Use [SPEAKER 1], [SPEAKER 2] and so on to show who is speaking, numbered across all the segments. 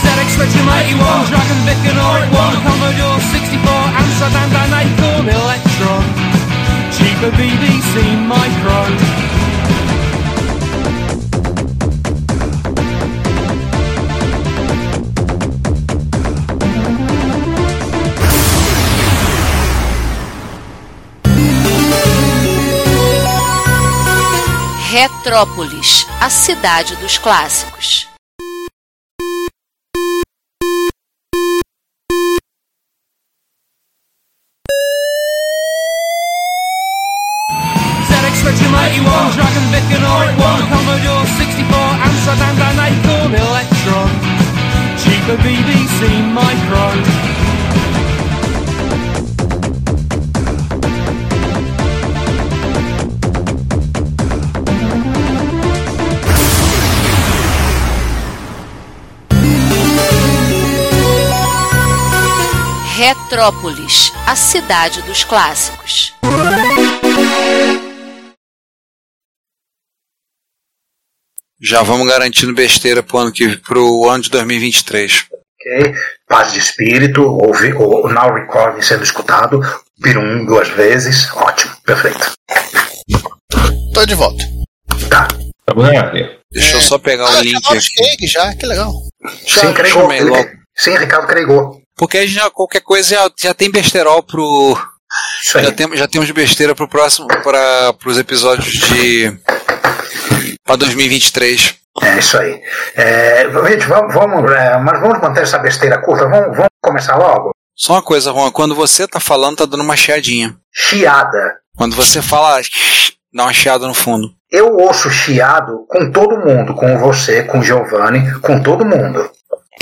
[SPEAKER 1] Phantom 81, Dragon Vic and Oric 1, Commodore 64, Amsterdam and Acorn Electron, cheaper BBC Micro.
[SPEAKER 2] Retrópolis, a cidade dos clássicos.
[SPEAKER 1] ZX Spectrum 81, Dragon Vic and Oric 1, Commodore 64, Amsterdam and Acorn Electron, cheaper BBC Micro.
[SPEAKER 2] Retrópolis, a cidade dos clássicos.
[SPEAKER 3] Já vamos garantindo besteira pro ano, que, pro ano de 2023.
[SPEAKER 4] Ok? Paz de espírito, ouve o Now Recording sendo escutado, pirum duas vezes, ótimo, perfeito.
[SPEAKER 5] Tô de volta.
[SPEAKER 4] Tá.
[SPEAKER 6] Tá bom, né?
[SPEAKER 3] Deixa eu só pegar o
[SPEAKER 5] Ah,
[SPEAKER 3] link
[SPEAKER 5] canal de
[SPEAKER 3] aqui.
[SPEAKER 5] Craig já, que legal.
[SPEAKER 3] Deixa
[SPEAKER 4] Sim,
[SPEAKER 3] eu-
[SPEAKER 4] cregou.
[SPEAKER 3] deixa eu
[SPEAKER 4] ele-
[SPEAKER 3] Tá, logo.
[SPEAKER 4] Sim, Ricardo cregou.
[SPEAKER 3] Porque aí já, qualquer coisa já, já tem besterol pro.
[SPEAKER 4] Isso aí.
[SPEAKER 3] Já, tem, já temos besteira pro próximo. Para os episódios de. Pra 2023.
[SPEAKER 4] É isso aí. É, gente, vamos, vamos, é, mas vamos manter essa besteira curta. Vamos, vamos começar logo?
[SPEAKER 3] Só uma coisa, Juan, quando você tá falando, tá dando uma chiadinha.
[SPEAKER 4] Chiada.
[SPEAKER 3] Quando você fala, "Ah, dá uma chiada no fundo.
[SPEAKER 4] Eu ouço chiado com todo mundo, com você, com Giovanni, com todo mundo.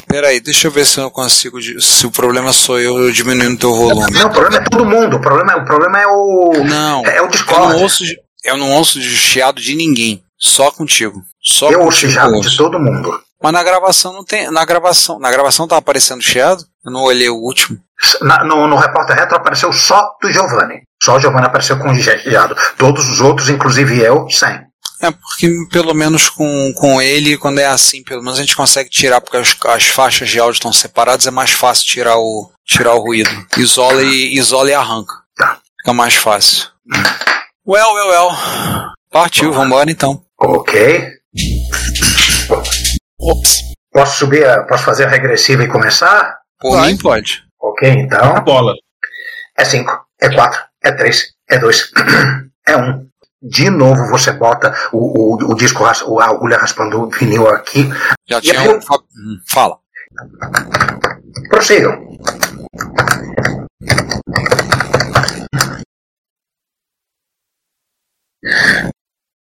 [SPEAKER 3] Peraí, deixa eu ver se eu consigo. de- Se o problema sou eu, eu diminuindo teu volume.
[SPEAKER 4] Não, o problema é todo mundo. O problema, o problema é o.
[SPEAKER 3] Não.
[SPEAKER 4] É o
[SPEAKER 3] Eu
[SPEAKER 4] Discord.
[SPEAKER 3] não ouço, eu não ouço de chiado de ninguém. Só contigo. Só
[SPEAKER 4] Eu ouço
[SPEAKER 3] contigo.
[SPEAKER 4] chiado
[SPEAKER 3] eu
[SPEAKER 4] de
[SPEAKER 3] ouço.
[SPEAKER 4] todo mundo.
[SPEAKER 3] Mas na gravação não tem. Na gravação. Na gravação tá aparecendo chiado? Eu não olhei o último.
[SPEAKER 4] Na- no, no repórter retro apareceu só do Giovanni. Só o Giovanni apareceu com chiado. Todos os outros, inclusive eu, sem.
[SPEAKER 3] É, porque pelo menos com, com ele, quando é assim, pelo menos a gente consegue tirar, porque as, as faixas de áudio estão separadas, é mais fácil tirar o, tirar o ruído. Isola e, isola e arranca.
[SPEAKER 4] Tá.
[SPEAKER 3] Fica mais fácil. Well, well, well. Partiu, vambora então.
[SPEAKER 4] Ok.
[SPEAKER 5] Ops.
[SPEAKER 4] Posso subir, a- posso fazer a regressiva e começar?
[SPEAKER 3] Por
[SPEAKER 5] Vai.
[SPEAKER 3] mim pode.
[SPEAKER 4] Ok,
[SPEAKER 6] A
[SPEAKER 4] então.
[SPEAKER 6] bola.
[SPEAKER 4] É 5, é 4, é 3, é 2, é 1. Um. De novo você bota o, o, o disco, ras- o- a agulha raspando o vinil aqui.
[SPEAKER 3] Já
[SPEAKER 4] E
[SPEAKER 3] tinha
[SPEAKER 4] abriu?
[SPEAKER 3] um. fa- Hum, Fala.
[SPEAKER 4] Prossigam.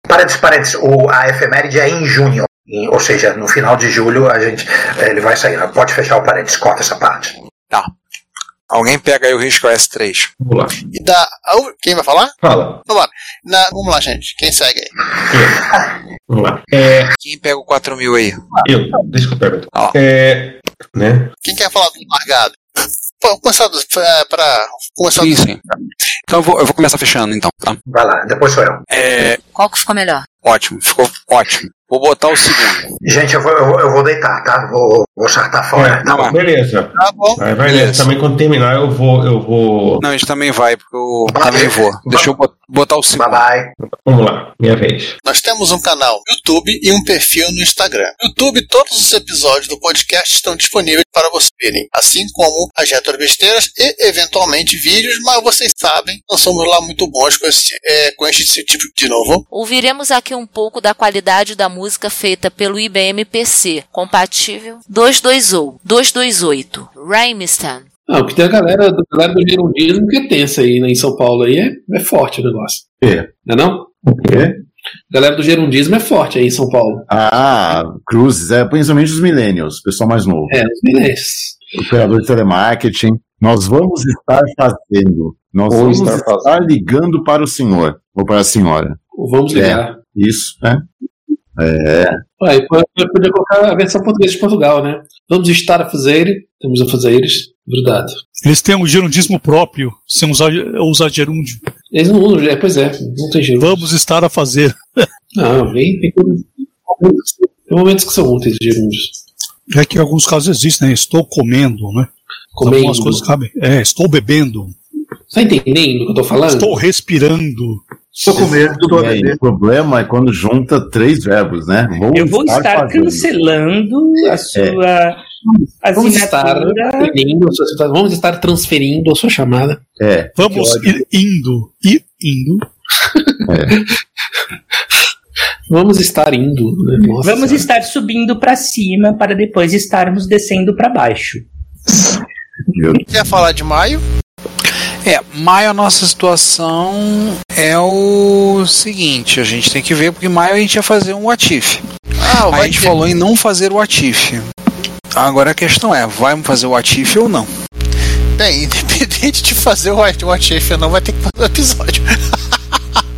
[SPEAKER 4] Parênteses, parênteses. O, a efeméride é em junho. Em- ou seja, no final de julho a gente, eh, ele vai sair. Pode fechar o parênteses, corta essa parte.
[SPEAKER 3] Alguém pega aí o risco S3.
[SPEAKER 6] Vamos lá.
[SPEAKER 5] E da. Au- Quem vai falar?
[SPEAKER 6] Fala.
[SPEAKER 5] Na- Vamos lá, gente. Quem segue aí?
[SPEAKER 6] Vamos lá. É,
[SPEAKER 3] Quem pega o 4000 aí?
[SPEAKER 6] eu, deixa que eu pergunto.
[SPEAKER 3] Ó.
[SPEAKER 6] É, né?
[SPEAKER 5] Quem quer falar do largado? Vamos começar do, pra, pra- começar do,
[SPEAKER 3] Sim, sim. Então eu vou, eu vou começar fechando então, tá?
[SPEAKER 4] Vai lá, depois sou eu.
[SPEAKER 3] É,
[SPEAKER 2] Qual que ficou melhor?
[SPEAKER 3] ótimo, ficou ótimo. Vou botar o segundo.
[SPEAKER 4] Gente, eu vou, eu vou- eu vou deitar, tá? Vou, vou sartar fora.
[SPEAKER 6] É,
[SPEAKER 4] Tá bom.
[SPEAKER 6] Beleza.
[SPEAKER 5] Tá bom.
[SPEAKER 6] Vai, vai
[SPEAKER 3] Beleza.
[SPEAKER 6] nessa. Também quando terminar eu vou, eu vou.
[SPEAKER 3] Não, a gente também vai, porque eu também vou. Deixa eu bot- botar o
[SPEAKER 4] Bye
[SPEAKER 3] segundo.
[SPEAKER 4] bye.
[SPEAKER 6] Vamos lá, minha vez.
[SPEAKER 5] Nós temos um canal no YouTube e um perfil no Instagram. No YouTube, todos os episódios do podcast estão disponíveis para vocês verem, assim como as retrobesteiras e, eventualmente, vídeos, mas vocês sabem, não somos lá muito bons com esse, é, com esse tipo de novo.
[SPEAKER 2] Ouviremos aqui um pouco da qualidade da música feita pelo IBM PC, compatível 220, 228, Rhymistan,
[SPEAKER 7] Não, porque tem a galera, a galera do gerundismo que é tensa aí né, em São Paulo aí, é, é forte o negócio.
[SPEAKER 8] quê?
[SPEAKER 7] Não é não?
[SPEAKER 8] O quê?
[SPEAKER 7] A galera do gerundismo é forte aí em São Paulo.
[SPEAKER 8] Ah, cruzes, é, principalmente os millennials, o pessoal mais novo,
[SPEAKER 7] É, os mineiros.
[SPEAKER 8] operador de telemarketing. Nós vamos estar fazendo, nós
[SPEAKER 6] Ou
[SPEAKER 8] vamos
[SPEAKER 6] estar
[SPEAKER 8] estar, ligando para o senhor ou para a senhora.
[SPEAKER 7] Vamos ligar.
[SPEAKER 8] Isso, né?
[SPEAKER 7] Ué, e po- eu podia colocar a versão portuguesa de Portugal, né? Vamos estar a fazer, temos a fazer eles, verdade.
[SPEAKER 9] Eles têm um gerundismo próprio, sem usar, usar gerúndio.
[SPEAKER 7] Eles não usam, é, pois é, não tem gerúndio.
[SPEAKER 9] Vamos estar a fazer.
[SPEAKER 7] Não, vem, vem com- tem momentos que são úteis de gerúndios.
[SPEAKER 9] É que em alguns casos existem, né? Estou comendo, né?
[SPEAKER 7] Comendo.
[SPEAKER 9] Algumas coisas cabem. É, estou bebendo,
[SPEAKER 7] Tá entendendo o que eu tô falando?
[SPEAKER 9] estou respirando.
[SPEAKER 5] Tô com medo, tô a
[SPEAKER 10] E aí,
[SPEAKER 5] beber.
[SPEAKER 10] o problema é quando junta três verbos, né? Vou
[SPEAKER 11] Eu vou estar
[SPEAKER 10] fazendo.
[SPEAKER 11] cancelando a sua
[SPEAKER 7] Vamos estar,
[SPEAKER 11] assinatura.
[SPEAKER 7] transferindo a sua- vamos estar transferindo a sua chamada.
[SPEAKER 10] É,
[SPEAKER 9] Vamos ir indo, ir indo.
[SPEAKER 7] Vamos estar indo. né? Nossa
[SPEAKER 11] Vamos
[SPEAKER 7] senhora.
[SPEAKER 11] estar subindo para cima para depois estarmos descendo para baixo.
[SPEAKER 10] meu
[SPEAKER 12] Quer falar de maio?
[SPEAKER 3] É, maio a nossa situação é o seguinte, a gente tem que ver, porque em maio a gente ia fazer um atif.
[SPEAKER 12] Ah,
[SPEAKER 3] Aí a
[SPEAKER 12] vai
[SPEAKER 3] gente
[SPEAKER 12] ter.
[SPEAKER 3] falou em não fazer o atif. Agora a questão é, vai fazer o atif ou não?
[SPEAKER 12] Bem, independente de fazer o What What If ou não, vai ter que fazer o episódio.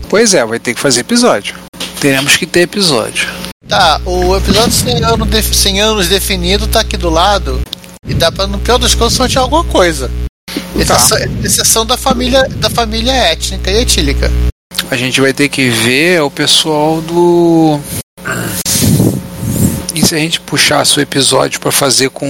[SPEAKER 3] Pois é, vai ter que fazer episódio. Teremos que ter episódio.
[SPEAKER 12] Tá, o episódio 100 anos, def- 100 anos definido tá aqui do lado. E dá pra, no pior das contas, sortear alguma coisa. Exceção, exceção da família da família étnica e etílica.
[SPEAKER 3] A gente vai ter que ver é o pessoal do. E se a gente puxasse o episódio pra fazer com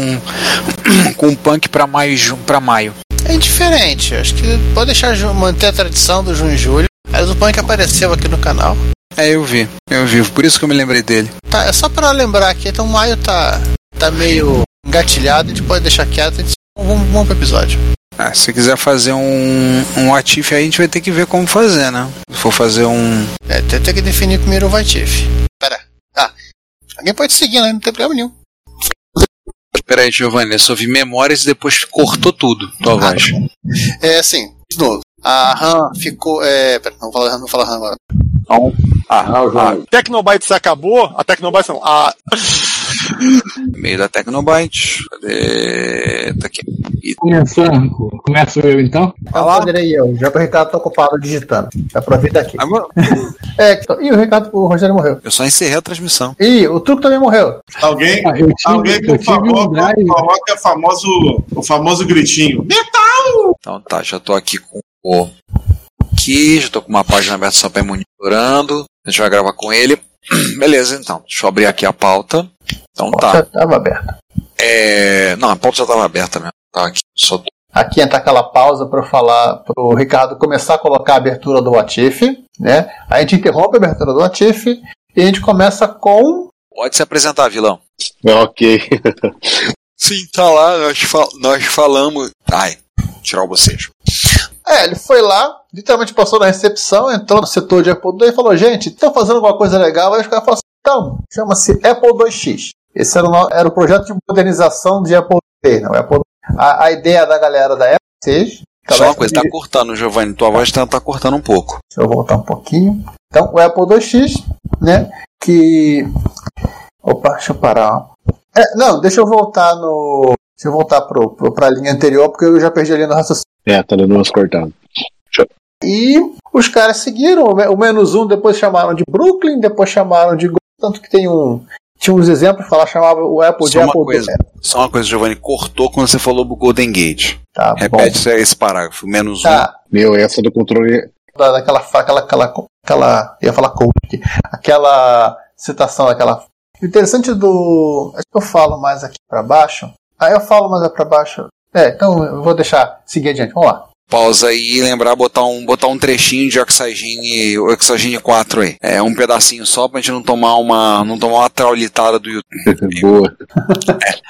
[SPEAKER 3] com o punk pra maio, e ju- pra maio?
[SPEAKER 12] É indiferente, acho que pode deixar ju- manter a tradição do Junho e Julho. Mas o Punk apareceu aqui no canal.
[SPEAKER 3] É, eu vi, eu vi, por isso que eu me lembrei dele.
[SPEAKER 12] Tá, é só pra lembrar aqui, então maio tá, tá meio engatilhado, a gente pode deixar quieto, a gente... vamos, vamos pro episódio.
[SPEAKER 3] Ah, se quiser fazer um, um atif aí, a gente vai ter que ver como fazer, né? Se for fazer um.
[SPEAKER 12] É, tem tem que definir primeiro o Vaitif. Pera. Ah, alguém pode seguir, né? Não tem problema nenhum.
[SPEAKER 3] Peraí, Giovanni, eu só vi memórias e depois cortou tudo, tua voz.
[SPEAKER 12] É assim, de novo. A RAM ficou. É, pera, não vou falar, não vou falar RAM agora.
[SPEAKER 13] A Tecnobytes acabou. A Tecnobytes não. A,
[SPEAKER 3] Meio da Tecnobyte. Cadê? Tá aqui.
[SPEAKER 1] Começando. Começo eu então?
[SPEAKER 13] Olá.
[SPEAKER 5] Poderei eu, já que o Ricardo tá ocupado digitando. Aproveita aqui.
[SPEAKER 3] Agora,
[SPEAKER 5] É, então, ih, o Ricardo, o Rogério morreu.
[SPEAKER 3] eu só encerrei a transmissão.
[SPEAKER 5] Ih, o Truco também morreu.
[SPEAKER 13] alguém,
[SPEAKER 1] Ah, eu tive,
[SPEAKER 13] alguém
[SPEAKER 1] eu
[SPEAKER 13] por
[SPEAKER 1] tive
[SPEAKER 13] favor,
[SPEAKER 1] um drive.
[SPEAKER 13] coloca o famoso, o famoso gritinho.
[SPEAKER 3] Então tá, já tô aqui com o aqui, já tô com uma página aberta só pra ir monitorando. A gente vai gravar com ele. Beleza, então. Deixa eu abrir aqui a pauta. Então tá.
[SPEAKER 5] Já tava aberto.
[SPEAKER 3] É... Não, a pauta já tava aberta mesmo. Tá aqui. Só tô...
[SPEAKER 5] Aqui entra aquela pausa para falar pro Ricardo começar a colocar a abertura do Atif, né? A gente interrompe a abertura do Atif e a gente começa com
[SPEAKER 3] Pode se apresentar, vilão.
[SPEAKER 13] É, Ok.
[SPEAKER 3] Sim, tá lá. Nós, falamos. Ai, tirar o bocejo.
[SPEAKER 5] É, ele foi lá, literalmente passou na recepção, entrou no setor de Apple II e falou: gente, estão fazendo alguma coisa legal? Aí os caras falaram assim: então, chama-se Apple IIX. Esse era o, no- era o projeto de modernização de Apple II, não. Apple a, a ideia da galera da Apple VI.
[SPEAKER 3] Só uma coisa, tá cortando, Giovanni. Tua voz tá, tá cortando um pouco.
[SPEAKER 5] Deixa eu voltar um pouquinho. Então, o Apple IIX, né? Que. Opa, deixa eu parar. É, não, deixa eu voltar no. Deixa eu voltar pro, pro, pra linha anterior, porque eu já perdi a linha do raciocínio.
[SPEAKER 13] É, tá dando umas cortadas.
[SPEAKER 5] E os caras seguiram. o me- O menos um depois chamaram de Brooklyn, depois chamaram de Go- tanto que tem um. Tinha uns exemplos, falar, chamava o Apple
[SPEAKER 3] Só
[SPEAKER 5] de
[SPEAKER 3] uma
[SPEAKER 5] Apple
[SPEAKER 3] coisa.
[SPEAKER 5] II.
[SPEAKER 3] Só uma coisa, Giovanni. Cortou quando você falou do Golden Gate.
[SPEAKER 5] Tá
[SPEAKER 3] Repete esse- esse parágrafo. Menos
[SPEAKER 5] bom.
[SPEAKER 3] um.
[SPEAKER 5] Tá.
[SPEAKER 13] Meu, essa do controle.
[SPEAKER 5] Da- Daquela, fa- aquela, aquela, aquela, ia falar coach aqui. Aquela citação daquela. O Interessante do. Acho que eu falo mais aqui pra baixo. Ah, eu falo mais pra baixo. É, então eu vou deixar seguir adiante. Vamos lá.
[SPEAKER 3] pausa aí e lembrar botar um, botar um trechinho de Oxygene, Oxygene 4 aí. É um pedacinho só pra gente não tomar uma, não tomar uma traulitada do YouTube.
[SPEAKER 13] Boa.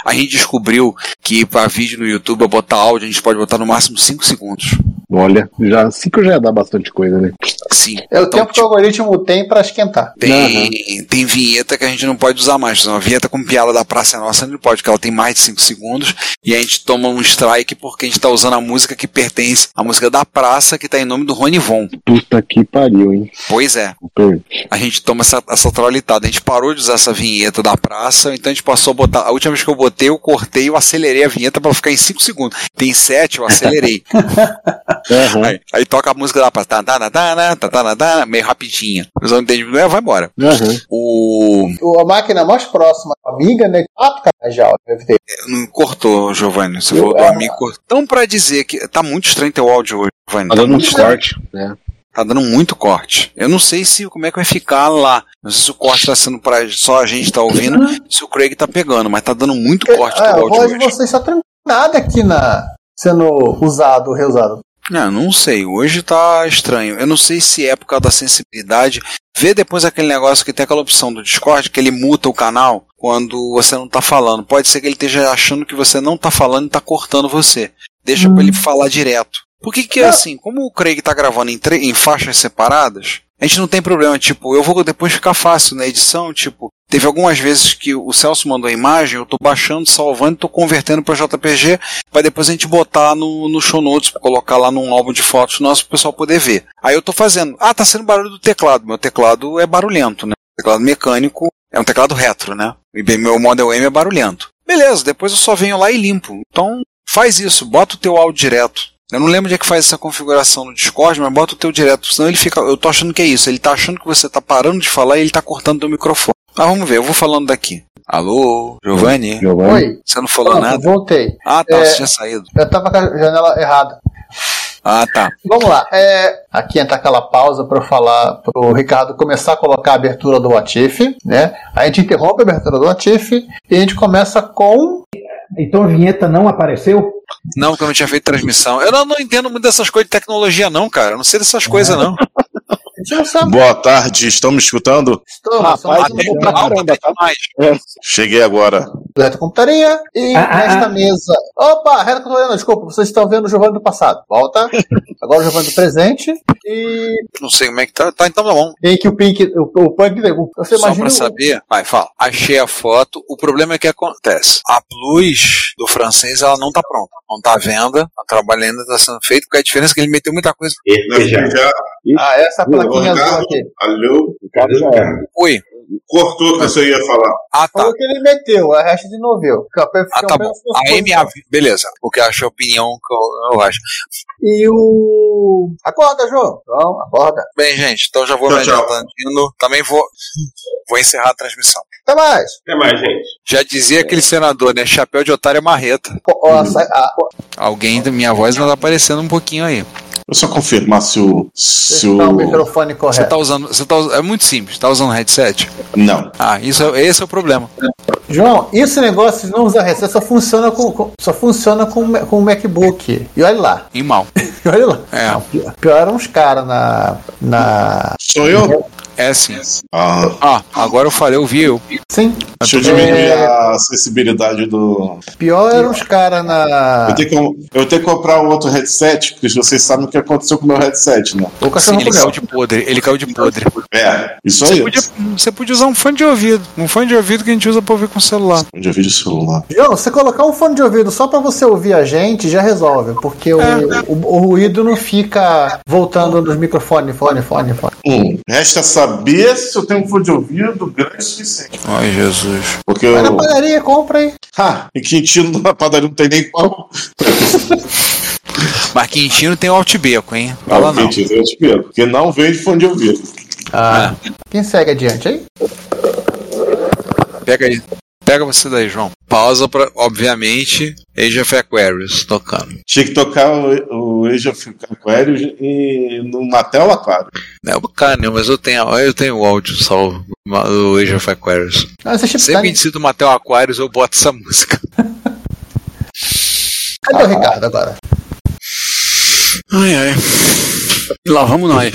[SPEAKER 3] A gente descobriu que pra vídeo no YouTube, pra botar áudio, a gente pode botar no máximo 5 segundos.
[SPEAKER 13] Olha, já 5 já dá bastante coisa, né?
[SPEAKER 3] Sim.
[SPEAKER 5] É o
[SPEAKER 3] Então,
[SPEAKER 5] tempo que o algoritmo tem pra esquentar.
[SPEAKER 3] Tem, tem vinheta que a gente não pode usar mais. tá? Uma vinheta com piada da Praça é Nossa não pode, porque ela tem mais de 5 segundos. E a gente toma um strike porque a gente tá usando a música que pertence à música da praça, que tá em nome do Rony Von.
[SPEAKER 13] Puta que pariu, hein?
[SPEAKER 3] Pois é. A gente toma essa, essa traulitada. A gente parou de usar essa vinheta da praça, então a gente passou a botar. A última vez que eu botei, eu cortei, eu acelerei a vinheta pra ficar em 5 segundos. Tem 7, eu acelerei. aí, aí toca a música da praça. Tá, tá, tá, tá, tá, tá, tá, tá, tá, meio rapidinha. Os homens entendem, é, vai embora. O.
[SPEAKER 5] O- A máquina mais próxima, a amiga, né? Quatro canais de áudio, deve ter.
[SPEAKER 3] Não cortou, Giovanni. Você
[SPEAKER 5] É.
[SPEAKER 3] falou do amigo. cortou. Então, pra dizer que. Tá muito estranho teu áudio hoje, Giovanni.
[SPEAKER 13] Tá dando uns cortes. Né?
[SPEAKER 3] Tá dando muito corte. Eu não sei se como é que vai ficar lá. Não sei se o corte tá sendo pra só a gente tá ouvindo, se o Craig tá pegando, mas tá dando muito corte
[SPEAKER 5] É,
[SPEAKER 3] do
[SPEAKER 5] a
[SPEAKER 3] áudio
[SPEAKER 5] voz
[SPEAKER 3] hoje.
[SPEAKER 5] de vocês está nada aqui na sendo usado, reusado.
[SPEAKER 3] Não, não sei. Hoje tá estranho. Eu não sei se é por causa da sensibilidade. Vê depois aquele negócio que tem aquela opção do Discord que ele muta o canal quando você não tá falando. Pode ser que ele esteja achando que você não tá falando e tá cortando você. Deixa pra ele falar direto. Por que que é assim? Como o Craig tá gravando em, tre- em faixas separadas, a gente não tem problema. Tipo, eu vou depois ficar fácil na edição. Tipo, teve algumas vezes que o Celso mandou a imagem, eu tô baixando, salvando, tô convertendo pra JPG, pra depois a gente botar no, no show notes, colocar lá num álbum de fotos nosso pro pessoal poder ver. Aí eu tô fazendo. Ah, tá sendo barulho do teclado. Meu teclado é barulhento, né? Teclado mecânico é um teclado retro, né? O IBM, meu Model M é barulhento. Beleza, depois eu só venho lá e limpo. Então, faz isso, bota o teu áudio direto. Eu não lembro onde é que faz essa configuração no Discord, mas bota o teu direto, senão ele fica. Eu tô achando que é isso. Ele tá achando que você tá parando de falar e ele tá cortando teu microfone. Ah, vamos ver, eu vou falando daqui. Alô, Giovanni?
[SPEAKER 5] Giovanni? Oi.
[SPEAKER 3] Você não falou
[SPEAKER 5] Pronto,
[SPEAKER 3] nada?
[SPEAKER 5] Voltei.
[SPEAKER 3] Ah, tá,
[SPEAKER 5] É,
[SPEAKER 3] você tinha saído.
[SPEAKER 5] Eu tava com a janela errada.
[SPEAKER 3] Ah, tá.
[SPEAKER 5] Vamos lá. É, aqui entra aquela pausa para falar pro Ricardo começar a colocar a abertura do Atif, né? A gente interrompe a abertura do Atif e a gente começa com
[SPEAKER 14] Então a vinheta não apareceu?
[SPEAKER 3] Não, que eu não tinha feito transmissão. Eu não, não entendo muito dessas coisas de tecnologia, não, cara. Eu não sei dessas
[SPEAKER 5] É,
[SPEAKER 3] coisas, não.
[SPEAKER 5] tá
[SPEAKER 8] Boa tarde, estão me escutando?
[SPEAKER 5] Rapaz,
[SPEAKER 8] eu não vou caramba,
[SPEAKER 3] tá?
[SPEAKER 13] É.
[SPEAKER 8] Cheguei agora.
[SPEAKER 5] Reto Computaria e
[SPEAKER 8] Ah, ah,
[SPEAKER 5] nesta
[SPEAKER 8] ah.
[SPEAKER 5] mesa. Opa, Reto Computaria, não, desculpa, vocês estão vendo o Giovanni do passado. Volta. Agora o Giovanni do presente. E.
[SPEAKER 3] Não sei como é que tá. Tá, então tá bom.
[SPEAKER 5] Em que o Pink. O, o Punk. Você
[SPEAKER 3] Só
[SPEAKER 5] imagina.
[SPEAKER 3] pra
[SPEAKER 5] o-
[SPEAKER 3] saber, vai, fala. Achei a foto. O problema é que acontece. A luz do francês, ela não tá pronta. Não tá à venda. O trabalho ainda tá sendo feito, porque a diferença é que ele meteu muita coisa.
[SPEAKER 5] Ah, essa plaquinha azul
[SPEAKER 15] Ricardo,
[SPEAKER 5] aqui.
[SPEAKER 15] Alô? Ricardo.
[SPEAKER 3] Oi.
[SPEAKER 15] Cortou o que você ia falar.
[SPEAKER 3] Ah, tá.
[SPEAKER 5] Falou que ele meteu, a resto de noveu.
[SPEAKER 3] Ah, tá bom. A M, beleza. O que acha a opinião que eu, eu acho.
[SPEAKER 5] E o. Acorda, João. João, acorda.
[SPEAKER 3] Bem, gente, então já vou
[SPEAKER 5] Tchau,
[SPEAKER 3] me
[SPEAKER 5] tchau.
[SPEAKER 3] adiantando. Também vou, vou encerrar a transmissão.
[SPEAKER 5] Até mais.
[SPEAKER 6] Até mais, gente.
[SPEAKER 3] Já dizia aquele senador, né? Chapéu de otário é marreta.
[SPEAKER 5] ah,
[SPEAKER 3] Alguém da minha voz não tá aparecendo um pouquinho aí.
[SPEAKER 8] Eu só confirmar se o. Se o...
[SPEAKER 5] um microfone
[SPEAKER 3] Você tá usando. Você tá, us- é muito simples, tá usando headset?
[SPEAKER 8] Não.
[SPEAKER 3] Ah, isso, é- esse é o problema.
[SPEAKER 5] João, esse negócio de não usar reset só funciona com, com- só funciona com, ma- com o MacBook. E olha lá.
[SPEAKER 3] E mal.
[SPEAKER 5] E olha lá.
[SPEAKER 3] É.
[SPEAKER 5] Pior- Pior eram os caras na. na.
[SPEAKER 8] Sou eu?
[SPEAKER 3] É sim.
[SPEAKER 8] Ah,
[SPEAKER 3] agora eu falei, eu vi eu.
[SPEAKER 5] Sim.
[SPEAKER 8] Deixa eu diminuir a acessibilidade do.
[SPEAKER 5] Pior eram os caras na.
[SPEAKER 8] Eu, tenho que, eu tenho que comprar um outro headset, porque vocês sabem o que aconteceu com o meu headset, né?
[SPEAKER 5] é
[SPEAKER 3] Sim, ele caiu de podre. Ele caiu de podre.
[SPEAKER 8] É, isso
[SPEAKER 3] você
[SPEAKER 8] aí.
[SPEAKER 3] Podia, você podia usar um fone de ouvido. Um fone de ouvido que a gente usa pra ouvir com o celular.
[SPEAKER 8] Onde eu vi o celular?
[SPEAKER 5] João, você colocar um fone de ouvido só pra você ouvir a gente já resolve, porque o, o- o ruído não fica voltando nos microfones, fone, fone, fone.
[SPEAKER 8] Hum, resta saber se eu tenho um fone de ouvido grande o suficiente.
[SPEAKER 3] Ai, Jesus.
[SPEAKER 8] Porque
[SPEAKER 5] Vai na
[SPEAKER 8] eu.
[SPEAKER 5] padaria, compra aí.
[SPEAKER 8] Ah, e Quintino na padaria não tem nem qual.
[SPEAKER 3] Mas Quintino tem o altibeco, hein? Fala não.
[SPEAKER 8] Quintino tem o altibeco, porque não vende fone de ouvido.
[SPEAKER 5] Ah. Quem segue adiante aí?
[SPEAKER 3] Pega aí. Pega você daí, João. Pausa pra, obviamente, Age of Aquarius tocando.
[SPEAKER 8] Tinha que tocar o, o Age of Aquarius e numa tela, claro.
[SPEAKER 3] Não é bacana, mas eu tenho, eu tenho o áudio salvo do Age of Aquarius.
[SPEAKER 5] Não, esse chip tá
[SPEAKER 3] Sempre que cito Mateo Aquarius, eu boto essa música.
[SPEAKER 5] Cadê o Ricardo agora?
[SPEAKER 3] Ai, ai. E lá vamos nós.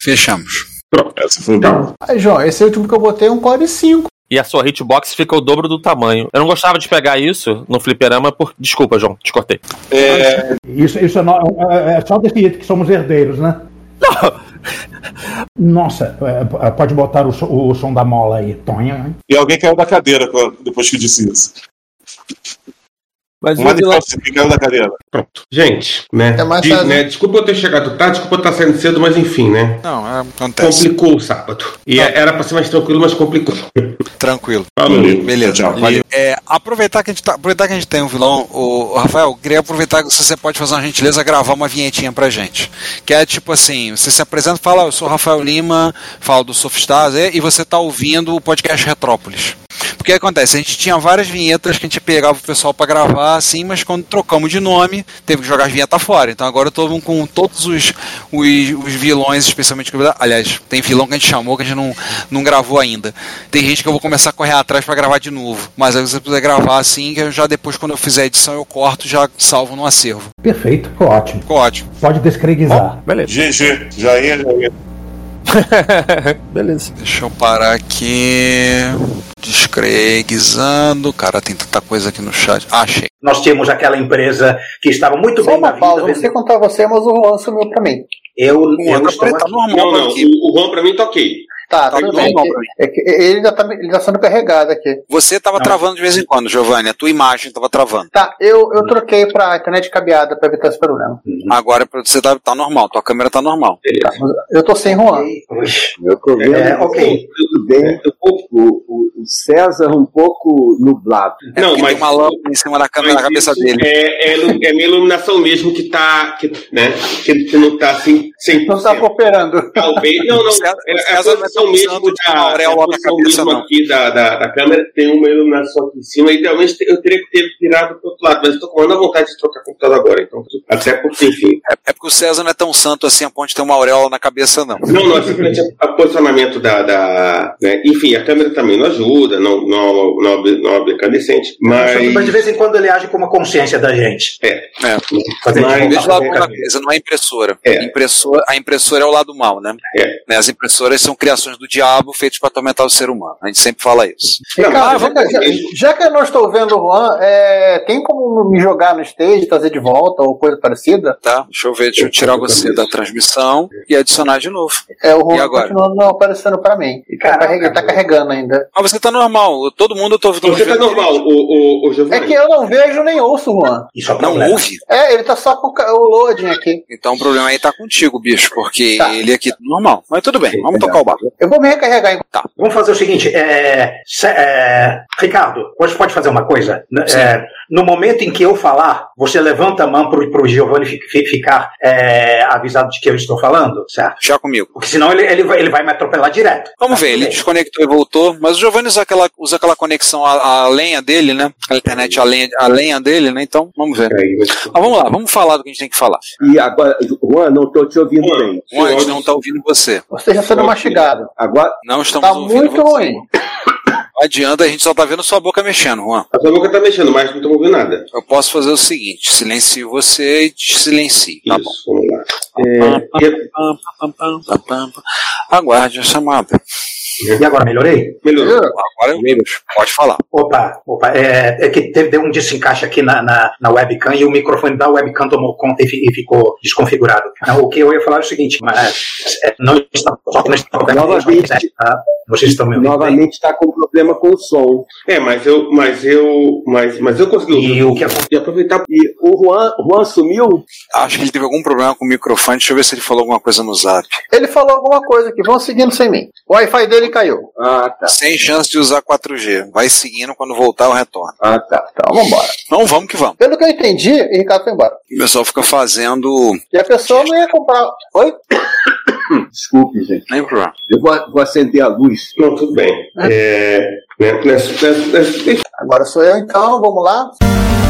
[SPEAKER 3] Fechamos.
[SPEAKER 8] Essa foi boa.
[SPEAKER 5] Aí, João, esse último que eu botei é um Core 5.
[SPEAKER 16] E a sua hitbox fica o dobro do tamanho. Eu não gostava de pegar isso no fliperama por. Desculpa, João, te cortei.
[SPEAKER 14] Isso, isso é, no- é- é só desse jeito que somos herdeiros, né? Nossa, é, pode botar o, so- o som da mola aí. Tonha.
[SPEAKER 8] E alguém caiu da cadeira quando- depois que disse isso.
[SPEAKER 6] Mas
[SPEAKER 8] Uma
[SPEAKER 6] o vilão-
[SPEAKER 8] de você caiu da cadeira.
[SPEAKER 6] Pronto. Gente, né?
[SPEAKER 8] Até mais
[SPEAKER 6] de-
[SPEAKER 8] tarde.
[SPEAKER 6] né, Desculpa eu ter chegado tarde, desculpa eu estar saindo cedo, mas enfim, né?
[SPEAKER 3] Não, é- acontece.
[SPEAKER 6] Complicou o sábado. E é- era pra ser mais tranquilo, mas complicou.
[SPEAKER 3] Tranquilo.
[SPEAKER 6] Valeu.
[SPEAKER 3] Beleza.
[SPEAKER 6] Tchau,
[SPEAKER 3] E,
[SPEAKER 6] valeu.
[SPEAKER 3] é, aproveitar, que a gente tá- aproveitar que a gente tem um vilão, o, Rafael, queria aproveitar que se você pode fazer uma gentileza, gravar uma vinhetinha pra gente. Que é tipo assim, você se apresenta e fala, "Ah, eu sou o Rafael Lima, falo do Sofistars, é, e você tá ouvindo o podcast Retrópolis. porque acontece, a gente tinha várias vinhetas que a gente pegava o pessoal pra gravar, assim, mas quando trocamos de nome, teve que jogar as vinhetas fora. Então agora eu tô com todos os, os, os vilões, especialmente. Aliás, tem vilão que a gente chamou que a gente não, não gravou ainda. Tem gente que eu vou começar a correr atrás pra gravar de novo. Mas aí você precisa gravar assim, que eu já depois, quando eu fizer a edição, eu corto já salvo no acervo.
[SPEAKER 14] Perfeito, ficou ótimo.
[SPEAKER 3] Ficou ótimo.
[SPEAKER 14] Pode descreguizar.
[SPEAKER 15] Beleza. GG, já ia, já ia.
[SPEAKER 3] Beleza. Deixa eu parar aqui. Descreguizando. Cara, tem tanta coisa aqui no chat. Ah, achei.
[SPEAKER 4] Nós tínhamos aquela empresa que estava muito bem tá na
[SPEAKER 5] Paulo, não
[SPEAKER 4] vida.
[SPEAKER 5] sei contar você, mas o Juan sumiu pra mim.
[SPEAKER 4] Eu,
[SPEAKER 5] eu estou
[SPEAKER 4] aqui.
[SPEAKER 6] Não, não, o, o Juan pra mim tá ok.
[SPEAKER 5] Tá,
[SPEAKER 3] Tá
[SPEAKER 5] tudo
[SPEAKER 3] igual
[SPEAKER 5] bem.
[SPEAKER 3] mal pra mim.
[SPEAKER 5] É que ele ainda tá, ele tá sendo carregado aqui.
[SPEAKER 3] Você tava travando de vez em quando, Giovanni. A tua imagem tava travando.
[SPEAKER 5] Tá, eu, eu troquei pra internet cabeada pra evitar esse problema.
[SPEAKER 3] Agora você tá, tá normal, tua câmera tá normal.
[SPEAKER 5] Eu tô sem Juan.
[SPEAKER 17] Eu tô vendo
[SPEAKER 5] É,
[SPEAKER 17] que
[SPEAKER 5] ok.
[SPEAKER 17] tudo
[SPEAKER 3] É.
[SPEAKER 17] bem, um pouco- o, o César um pouco nublado.
[SPEAKER 6] Não, mas.
[SPEAKER 3] É Uma lâmpada em cima da câmera na cabeça dele.
[SPEAKER 6] É, é, ilu- é minha iluminação mesmo que tá. Que, né, que, que não tá assim. Sem, não tá
[SPEAKER 5] cooperando.
[SPEAKER 6] Talvez. Não, não. É, é a
[SPEAKER 3] tá
[SPEAKER 6] posição mesmo, da, é a posição mesmo aqui da, da, da câmera. Tem uma iluminação aqui em cima. Idealmente eu teria que ter virado pro outro lado, mas eu tô com a maior vontade de trocar computador agora. Então, até porque, enfim.
[SPEAKER 3] É, é porque o César não é tão santo assim a ponto de ter uma auréola na cabeça, não.
[SPEAKER 6] Não, não, é simplesmente o posicionamento da. da né, Enfim, a câmera também não ajuda, não, não, não, não é uma bica decente, mas.
[SPEAKER 4] Mas de vez em quando ele age como a consciência da gente.
[SPEAKER 6] É.
[SPEAKER 3] É.
[SPEAKER 4] Fazer de
[SPEAKER 3] Mas
[SPEAKER 4] volta
[SPEAKER 3] deixa eu falar
[SPEAKER 4] pra
[SPEAKER 3] uma
[SPEAKER 4] boca.
[SPEAKER 3] coisa, não é impressora. impressora. A impressora é o lado mal, né? Né, As impressoras são criações do diabo feitas para atormentar o ser humano. A gente sempre fala isso.
[SPEAKER 5] Ricardo,
[SPEAKER 3] Ah, vamos-
[SPEAKER 5] já, que- já que eu não estou vendo o Juan, é, tem como me jogar no stage, trazer de volta ou coisa parecida?
[SPEAKER 3] Tá, deixa eu ver, deixa eu tirar você da transmissão e adicionar de novo.
[SPEAKER 5] É, o Juan
[SPEAKER 3] e agora?
[SPEAKER 5] continua não aparecendo pra mim. Ele tá, carrega- ele tá carregando ainda.
[SPEAKER 3] Ah, você tá normal. Todo mundo eu tô, tô
[SPEAKER 6] Você tá normal, o, o, o
[SPEAKER 5] É
[SPEAKER 6] Giovanni.
[SPEAKER 5] que eu não vejo nem ouço o Juan.
[SPEAKER 4] Isso
[SPEAKER 3] não né? ouve?
[SPEAKER 5] É, ele tá só com o ca- o loading aqui.
[SPEAKER 3] Então o problema aí tá contigo, bicho, porque ele aqui tá normal. Mas tudo bem, vamos tocar o barco.
[SPEAKER 5] Eu vou me recarregar. Hein?
[SPEAKER 3] Tá.
[SPEAKER 4] Vamos fazer o seguinte, é, se- é, Ricardo, você pode fazer uma coisa? N- é, no momento em que eu falar, você levanta a mão para o Giovanni fi- fi- ficar é, avisado de que eu estou falando, certo?
[SPEAKER 3] Já comigo.
[SPEAKER 4] Porque senão ele, ele, vai, ele vai me atropelar direto. Tá
[SPEAKER 3] Vamos ver, ele desconectou e voltou, mas o Giovanni usa aquela, usa aquela conexão à, à lenha dele, né? A internet à lenha, à lenha dele, né? Então, vamos
[SPEAKER 17] É.
[SPEAKER 3] ver. Ah, vamos lá, vamos falar do que a gente tem que falar.
[SPEAKER 17] E agora, Juan, não estou te ouvindo bem.
[SPEAKER 3] Juan, a gente não tá está ouvindo você.
[SPEAKER 5] Você está sendo mastigado.
[SPEAKER 17] Agora,
[SPEAKER 3] Não estamos
[SPEAKER 17] Tá
[SPEAKER 3] ouvindo
[SPEAKER 17] muito
[SPEAKER 3] você. Não adianta, a gente só tá vendo sua boca mexendo, Juan.
[SPEAKER 6] A sua boca tá mexendo, mas não tô ouvindo nada.
[SPEAKER 3] Eu posso fazer o seguinte, silencio você e te silencio, tá
[SPEAKER 6] bom?
[SPEAKER 17] É,
[SPEAKER 6] é,
[SPEAKER 3] Pam, pam, pam, pam, pam. Aguarde a chamada.
[SPEAKER 4] E agora, melhorei?
[SPEAKER 6] Melhorou.
[SPEAKER 3] Agora eu Pode falar.
[SPEAKER 4] Opa, opa, é, é que teve, deu um desencaixe aqui na, na, na webcam e o microfone da webcam tomou conta e, fi- e ficou desconfigurado. Não, o que eu ia falar é o seguinte, mas é, não está só que não está
[SPEAKER 17] Novamente.
[SPEAKER 4] tá? Vocês estão me ouvindo
[SPEAKER 17] novamente está com problema com o som.
[SPEAKER 6] É, mas eu, mas eu, mas, mas eu consegui ouvir.
[SPEAKER 4] E o que
[SPEAKER 6] e aproveitar.
[SPEAKER 17] E o Juan, Juan sumiu?
[SPEAKER 3] Acho que ele teve algum problema com o microfone, deixa eu ver se ele falou alguma coisa no zap.
[SPEAKER 5] Ele falou alguma coisa aqui, vão seguindo sem mim. O Wi-Fi dele caiu.
[SPEAKER 17] Ah, tá.
[SPEAKER 3] Sem chance de usar 4G. Vai seguindo, quando voltar eu retorno.
[SPEAKER 17] Ah, tá.
[SPEAKER 5] Então vambora.
[SPEAKER 3] Então vamos que vamos.
[SPEAKER 5] Pelo que eu entendi, o Ricardo foi embora.
[SPEAKER 3] O pessoal fica fazendo.
[SPEAKER 5] E a pessoa não ia comprar. Oi?
[SPEAKER 17] Desculpe, gente.
[SPEAKER 3] Nem problema.
[SPEAKER 17] Eu vou, vou acender a luz. Tá.
[SPEAKER 6] Não, tudo bem. É, né, nessa- nessa- nessa-
[SPEAKER 5] Agora sou eu então, vamos lá.